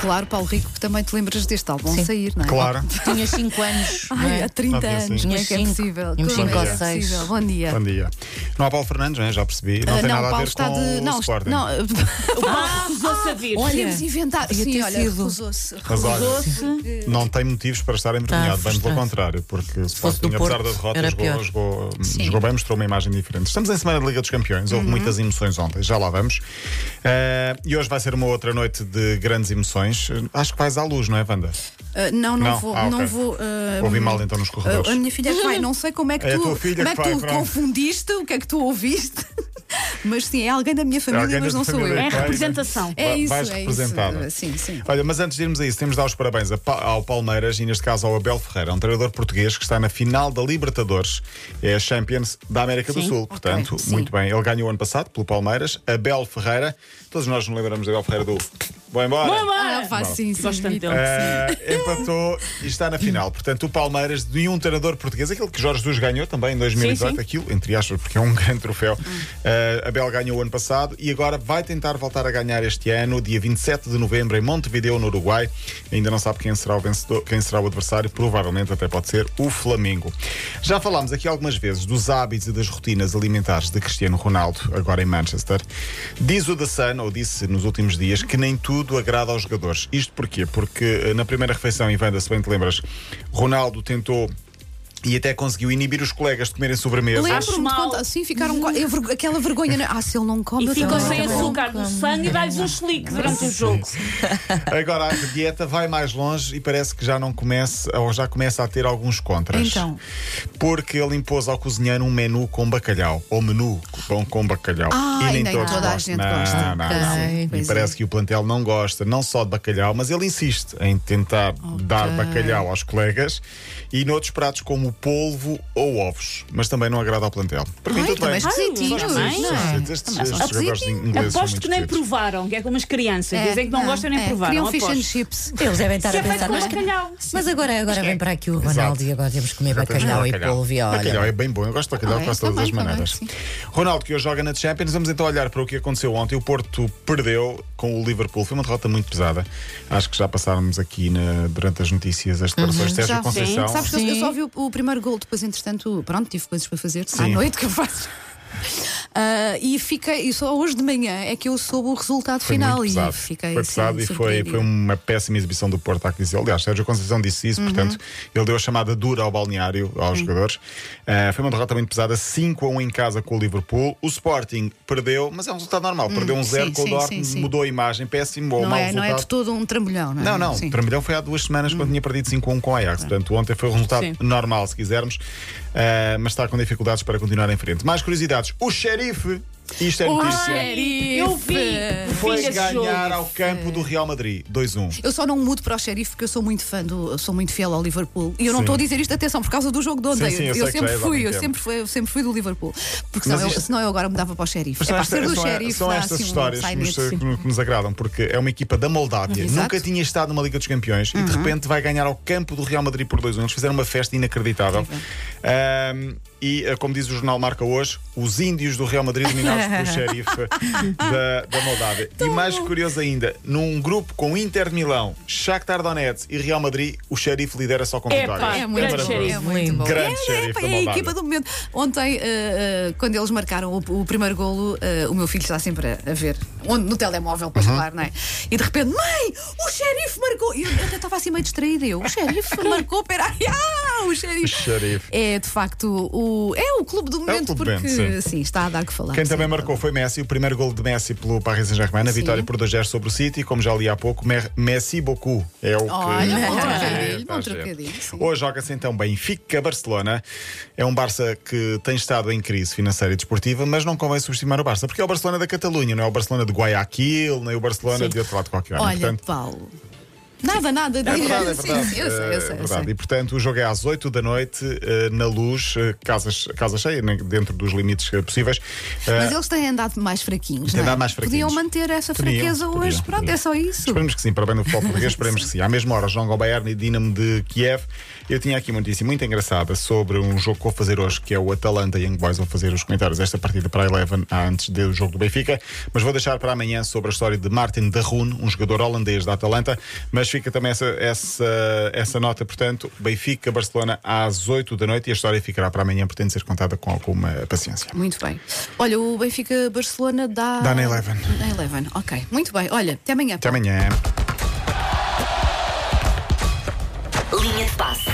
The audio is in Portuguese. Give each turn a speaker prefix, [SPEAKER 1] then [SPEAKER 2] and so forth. [SPEAKER 1] Claro, Paulo Rico, que também te lembras deste álbum
[SPEAKER 2] Sim.
[SPEAKER 1] sair, não é?
[SPEAKER 3] Claro.
[SPEAKER 2] Tinha 5 anos. não
[SPEAKER 1] Ai,
[SPEAKER 2] é?
[SPEAKER 1] há 30
[SPEAKER 3] Não,
[SPEAKER 1] anos,
[SPEAKER 3] sim.
[SPEAKER 1] como é que é
[SPEAKER 2] Uns cinco.
[SPEAKER 1] possível?
[SPEAKER 2] Uns
[SPEAKER 1] Como
[SPEAKER 2] cinco
[SPEAKER 1] é
[SPEAKER 2] ou
[SPEAKER 1] que é
[SPEAKER 2] seis.
[SPEAKER 1] possível? Bom dia.
[SPEAKER 3] Bom dia. Não há Paulo Fernandes, não é? já percebi. Não
[SPEAKER 1] Ah,
[SPEAKER 3] tem nada a
[SPEAKER 1] Paulo
[SPEAKER 3] ver
[SPEAKER 1] está
[SPEAKER 3] com
[SPEAKER 1] de.
[SPEAKER 3] o
[SPEAKER 1] Não,
[SPEAKER 3] Sporting.
[SPEAKER 1] não,
[SPEAKER 4] Ah, recusou saber.
[SPEAKER 1] podemos inventar.
[SPEAKER 2] devia
[SPEAKER 1] Sim,
[SPEAKER 2] ter
[SPEAKER 1] olha,
[SPEAKER 2] sido.
[SPEAKER 1] recusou-se.
[SPEAKER 3] Mas olha,
[SPEAKER 1] Recusou-se.
[SPEAKER 3] não tem motivos para estar envergonhado,
[SPEAKER 2] Está
[SPEAKER 3] bem pelo
[SPEAKER 2] frustrado.
[SPEAKER 3] contrário, porque o
[SPEAKER 2] fosse
[SPEAKER 3] Sporting,
[SPEAKER 2] do
[SPEAKER 3] apesar
[SPEAKER 2] Porto,
[SPEAKER 3] da derrota,
[SPEAKER 2] era
[SPEAKER 3] jogou,
[SPEAKER 2] pior.
[SPEAKER 3] jogou, jogou bem, mostrou uma imagem diferente. Estamos em Semana de Liga dos Campeões,
[SPEAKER 1] Uhum.
[SPEAKER 3] houve muitas emoções ontem, já lá vamos. Eh, e hoje vai ser uma outra noite de grandes emoções. Acho que vais à luz, não é, Wanda?
[SPEAKER 1] Ah, não, não,
[SPEAKER 3] Não?
[SPEAKER 1] vou.
[SPEAKER 3] Ah,
[SPEAKER 1] não
[SPEAKER 3] ok.
[SPEAKER 1] vou ah,
[SPEAKER 3] Ouvi mal então nos corredores.
[SPEAKER 1] ah, a minha filha é que vai, não sei como é que
[SPEAKER 3] É a
[SPEAKER 1] tu,
[SPEAKER 3] tua filha
[SPEAKER 1] como é
[SPEAKER 3] que
[SPEAKER 1] que
[SPEAKER 3] vai,
[SPEAKER 1] tu
[SPEAKER 3] pronto.
[SPEAKER 1] confundiste, o que é que tu ouviste. mas sim, é alguém da minha família,
[SPEAKER 3] alguém
[SPEAKER 1] mas
[SPEAKER 3] da
[SPEAKER 1] não
[SPEAKER 3] tua
[SPEAKER 1] sou eu.
[SPEAKER 3] família.
[SPEAKER 4] É
[SPEAKER 3] Vai, né?
[SPEAKER 4] representação.
[SPEAKER 1] É
[SPEAKER 3] Vai-
[SPEAKER 1] isso,
[SPEAKER 3] vais
[SPEAKER 1] é
[SPEAKER 3] representada.
[SPEAKER 1] isso. Sim, sim.
[SPEAKER 3] Olha, mas antes de irmos a isso, temos de dar os parabéns a Pa- ao Palmeiras e, neste caso, ao Abel Ferreira, um treinador português que está na final da Libertadores, é a Champions da América do
[SPEAKER 4] Sim,
[SPEAKER 3] Sul.
[SPEAKER 1] ok,
[SPEAKER 3] Portanto,
[SPEAKER 1] sim.
[SPEAKER 3] muito bem. Ele ganhou ano passado pelo Palmeiras. Abel Ferreira, todos nós nos lembramos de Abel Ferreira do. Vou embora!
[SPEAKER 4] Vamos lá.
[SPEAKER 1] Ah, faz sim, sim.
[SPEAKER 4] Gosto tanto dele.
[SPEAKER 3] Eh, empatou e está na final. Portanto, o Palmeiras de um treinador português, aquele que Jorge Jesus ganhou também em 2018,
[SPEAKER 4] Sim, sim.
[SPEAKER 3] aquilo, entre aspas, porque é um grande troféu. Eh, Abel ganhou o ano passado e agora vai tentar voltar a ganhar este ano, dia 27 de novembro, em Montevideo, no Uruguai. Ainda não sabe quem será o vencedor, quem será o adversário, provavelmente até pode ser o Flamengo. Já falámos aqui algumas vezes dos hábitos e das rotinas alimentares de Cristiano Ronaldo, agora em Manchester. Diz o The Sun, ou disse nos últimos dias, que nem tudo agrada aos jogadores. Isto porquê? Porque eh, na primeira refeição, Ivanda, se bem te lembras, Ronaldo tentou e até conseguiu inibir os colegas de comerem sobremesas.
[SPEAKER 4] Acho
[SPEAKER 1] Lembro-me de
[SPEAKER 4] mal.
[SPEAKER 1] quando assim ficaram com é vergo- aquela vergonha. né? Ah, se ele não come,
[SPEAKER 4] E
[SPEAKER 1] eu
[SPEAKER 4] ficam
[SPEAKER 1] também
[SPEAKER 4] sem
[SPEAKER 1] não como.
[SPEAKER 4] açúcar no sangue e dá-lhes um slick durante o jogo.
[SPEAKER 3] Agora a dieta vai mais longe e parece que já não começa, ou já começa a ter alguns contras.
[SPEAKER 1] Então.
[SPEAKER 3] Porque ele impôs ao cozinheiro um menu com bacalhau, ou menu com, com bacalhau.
[SPEAKER 1] Ah,
[SPEAKER 3] e
[SPEAKER 1] e
[SPEAKER 3] nem
[SPEAKER 1] nem
[SPEAKER 3] todos
[SPEAKER 1] toda a
[SPEAKER 3] gostam.
[SPEAKER 1] gente
[SPEAKER 3] não,
[SPEAKER 1] gosta.
[SPEAKER 3] Não,
[SPEAKER 1] Ok,
[SPEAKER 3] não. E
[SPEAKER 1] pois
[SPEAKER 3] parece
[SPEAKER 1] é.
[SPEAKER 3] que o plantel não gosta, não só de bacalhau, mas ele insiste em tentar dar bacalhau aos colegas e noutros pratos como polvo ou ovos. Mas também não agrada ao plantel. Para mim,
[SPEAKER 1] Ai,
[SPEAKER 3] tudo
[SPEAKER 1] também
[SPEAKER 3] bem.
[SPEAKER 1] é esquisitinho,
[SPEAKER 4] Ai,
[SPEAKER 3] São
[SPEAKER 4] não é?
[SPEAKER 3] esquisitos, são esquisitos. Estes- estes
[SPEAKER 1] esquisitinho.
[SPEAKER 3] jogadores ingleses são
[SPEAKER 4] Aposto
[SPEAKER 3] muito
[SPEAKER 4] que nem
[SPEAKER 3] esquisitos.
[SPEAKER 4] provaram, que é como as crianças.
[SPEAKER 1] É,
[SPEAKER 4] Dizem que não gostam nem
[SPEAKER 1] é,
[SPEAKER 4] provaram.
[SPEAKER 1] Queriam fish and
[SPEAKER 4] aposto.
[SPEAKER 1] chips.
[SPEAKER 2] Eles devem estar a
[SPEAKER 4] é feito
[SPEAKER 2] pensar,
[SPEAKER 4] com
[SPEAKER 2] mas,
[SPEAKER 4] bacalhau.
[SPEAKER 2] mas agora, agora vem para aqui o
[SPEAKER 3] Exato.
[SPEAKER 2] Ronaldo e agora temos que comer
[SPEAKER 3] Já temos
[SPEAKER 2] bacalhau e
[SPEAKER 3] bacalhau.
[SPEAKER 2] polvo e
[SPEAKER 3] Bacalhau
[SPEAKER 2] olha.
[SPEAKER 3] é bem bom, eu gosto de
[SPEAKER 1] Ah,
[SPEAKER 3] bacalhau
[SPEAKER 1] é,
[SPEAKER 3] quase todas
[SPEAKER 1] também,
[SPEAKER 3] as maneiras.
[SPEAKER 1] também,
[SPEAKER 3] Ronaldo, que hoje joga na Champions, vamos então olhar para o que aconteceu ontem. O Porto perdeu com o Liverpool, foi uma derrota muito pesada. Acho que já passámos aqui na- durante as notícias as declarações de Sérgio
[SPEAKER 1] Uhum. Já vi.
[SPEAKER 3] Conceição.
[SPEAKER 1] Sabes que eu- eu só vi o, o primeiro gol, depois, entretanto, pronto, tive coisas para fazer à
[SPEAKER 3] Sim.
[SPEAKER 1] noite que eu faço. Ah, e fiquei, e só hoje de manhã é que eu soube o resultado
[SPEAKER 3] Foi
[SPEAKER 1] final
[SPEAKER 3] muito
[SPEAKER 1] e
[SPEAKER 3] pesado.
[SPEAKER 1] fiquei
[SPEAKER 3] foi
[SPEAKER 1] assim,
[SPEAKER 3] pesado e foi, um
[SPEAKER 1] surpreendida.
[SPEAKER 3] foi uma péssima exibição do Porto à crise. Aliás, Sérgio Conceição disse
[SPEAKER 1] Uhum.
[SPEAKER 3] isso, portanto, ele deu a chamada dura ao balneário, aos jogadores. Ah, foi uma derrota muito pesada, 5 a 1 em casa com o Liverpool. O Sporting perdeu, mas é um resultado normal. Perdeu um
[SPEAKER 1] Hum, sim,
[SPEAKER 3] 0 com o
[SPEAKER 1] sim, sim,
[SPEAKER 3] Dortmund,
[SPEAKER 1] sim.
[SPEAKER 3] mudou a imagem, péssimo ou
[SPEAKER 1] Não
[SPEAKER 3] mau
[SPEAKER 1] é, não
[SPEAKER 3] resultado.
[SPEAKER 1] é de todo um trambolhão, não é?
[SPEAKER 3] Não, não.
[SPEAKER 1] Sim. Uhum. É.
[SPEAKER 3] O Tramilhão foi há duas semanas quando tinha perdido 5 a 1 com o Ajax. Portanto, ontem foi um resultado
[SPEAKER 4] Sim.
[SPEAKER 3] normal, se quisermos. Ah, mas está com dificuldades para continuar em frente. Mais curiosidades. O xerife, isto é notícia,
[SPEAKER 1] Xerife.
[SPEAKER 4] Eu vi.
[SPEAKER 3] foi
[SPEAKER 4] vi esse
[SPEAKER 3] ganhar
[SPEAKER 4] jogo.
[SPEAKER 3] ao campo do Real Madrid. 2-1.
[SPEAKER 1] Eu só não mudo para o xerife porque eu sou muito fã do, eu sou muito fiel ao Liverpool. E eu não
[SPEAKER 3] Sim.
[SPEAKER 1] estou a dizer isto, atenção, por causa do jogo de ontem.
[SPEAKER 3] Sim, sim,
[SPEAKER 1] eu,
[SPEAKER 3] eu sei que já
[SPEAKER 1] sempre
[SPEAKER 3] é de há
[SPEAKER 1] fui,
[SPEAKER 3] muito
[SPEAKER 1] eu
[SPEAKER 3] tempo.
[SPEAKER 1] sempre, fui, eu sempre fui do Liverpool. Porque
[SPEAKER 3] Mas
[SPEAKER 1] senão,
[SPEAKER 3] isto-
[SPEAKER 1] eu, senão eu agora mudava para o xerife. É
[SPEAKER 3] São
[SPEAKER 1] para
[SPEAKER 3] esta-
[SPEAKER 1] ser do
[SPEAKER 3] são-
[SPEAKER 1] xerife.
[SPEAKER 3] são
[SPEAKER 1] dá
[SPEAKER 3] estas
[SPEAKER 1] assim um
[SPEAKER 3] histórias que nos,
[SPEAKER 1] sainete, sim.
[SPEAKER 3] que nos- que nos agradam, porque é uma equipa da Moldávia,
[SPEAKER 1] Exato.
[SPEAKER 3] nunca tinha estado numa Liga dos Campeões e de repente vai ganhar ao campo do Real Madrid por 2-1. Eles fizeram uma festa inacreditável. Ahm, e, ah, como diz o jornal Marca hoje, os índios do Real Madrid dominados pelo xerife da, da Moldávia. e mais curioso ainda, num grupo com Inter de Milão, Shakhtar Donetsk e Real Madrid, o xerife lidera só com
[SPEAKER 4] Epá,
[SPEAKER 3] vitórias.
[SPEAKER 1] É
[SPEAKER 4] Ah, Grande
[SPEAKER 1] muito bom.
[SPEAKER 4] xerife.
[SPEAKER 1] É muito bom.
[SPEAKER 3] Grande
[SPEAKER 1] É,
[SPEAKER 3] xerife
[SPEAKER 1] é,
[SPEAKER 3] da
[SPEAKER 1] é a
[SPEAKER 3] Moldávia.
[SPEAKER 1] equipa do momento. Ontem, eh, eh, quando eles marcaram o, o primeiro golo, eh, o meu filho está sempre a, a ver. Onde, no telemóvel,
[SPEAKER 3] Uhum.
[SPEAKER 1] pois claro, não é? E de repente, mãe, o xerife marcou. E eu eu até estava assim meio distraída. Eu, o xerife marcou, peraí, ah, o xerife.
[SPEAKER 3] xerife.
[SPEAKER 1] É de facto o. É o clube do momento,
[SPEAKER 3] clube do
[SPEAKER 1] porque
[SPEAKER 3] momento,
[SPEAKER 1] sim, está a dar que falar.
[SPEAKER 3] Quem
[SPEAKER 1] Ah, sim.
[SPEAKER 3] também marcou foi Messi, o primeiro gol de Messi pelo Paris Saint-Germain, a vitória por 2 0 sobre o City, como já li há pouco, Mer- Messi Boku é o que.
[SPEAKER 1] Olha, bom trocadilho,
[SPEAKER 3] Está
[SPEAKER 1] bom
[SPEAKER 3] a ver.
[SPEAKER 1] trocadilho, sim.
[SPEAKER 3] Hoje joga-se então Benfica-Barcelona. É um Barça que tem estado em crise financeira e desportiva, mas não convém subestimar o Barça, porque é o Barcelona da Catalunha, não é o Barcelona de Guayaquil, nem o Barcelona de outro lado qualquer.
[SPEAKER 1] Olha,
[SPEAKER 3] Portanto,
[SPEAKER 1] Paulo. Nada, nada.
[SPEAKER 3] É verdade, é verdade.
[SPEAKER 1] Sim, sim, eu sei, eu
[SPEAKER 3] É
[SPEAKER 1] sei, eu
[SPEAKER 3] verdade.
[SPEAKER 1] sei.
[SPEAKER 3] E portanto, o jogo é às 8 da noite, eh, na luz, eh, casa, casa cheia, né, dentro dos limites eh, possíveis. Eh,
[SPEAKER 1] Mas eles têm andado mais fraquinhos. não
[SPEAKER 3] Têm
[SPEAKER 1] é?
[SPEAKER 3] andado mais fraquinhos.
[SPEAKER 1] Podiam manter essa
[SPEAKER 3] Podiam,
[SPEAKER 1] fraqueza
[SPEAKER 3] podiam,
[SPEAKER 1] hoje. Pronto,
[SPEAKER 3] podiam.
[SPEAKER 1] é só isso.
[SPEAKER 3] Esperemos que sim, para bem do futebol português, esperemos que sim. À mesma hora, João Bayern e Dinamo de Kiev. Eu tinha aqui uma notícia muito engraçada sobre um jogo que vou fazer hoje, que é o Atalanta Young Boys. Vou fazer os comentários desta partida para a Eleven ah, antes do jogo do Benfica, mas vou deixar para amanhã sobre a história de Martin Darun, um jogador holandês da Atalanta. Mas fica também essa, essa, essa nota, portanto, Benfica, Barcelona às 8 da noite e a história ficará para amanhã, pretende ser contada com alguma paciência.
[SPEAKER 1] Muito bem. Olha, o Benfica Barcelona dá.
[SPEAKER 3] Dá na Eleven.
[SPEAKER 1] Na Eleven, ok. Muito bem. Olha, até amanhã.
[SPEAKER 3] Até amanhã.
[SPEAKER 5] Linha de passe.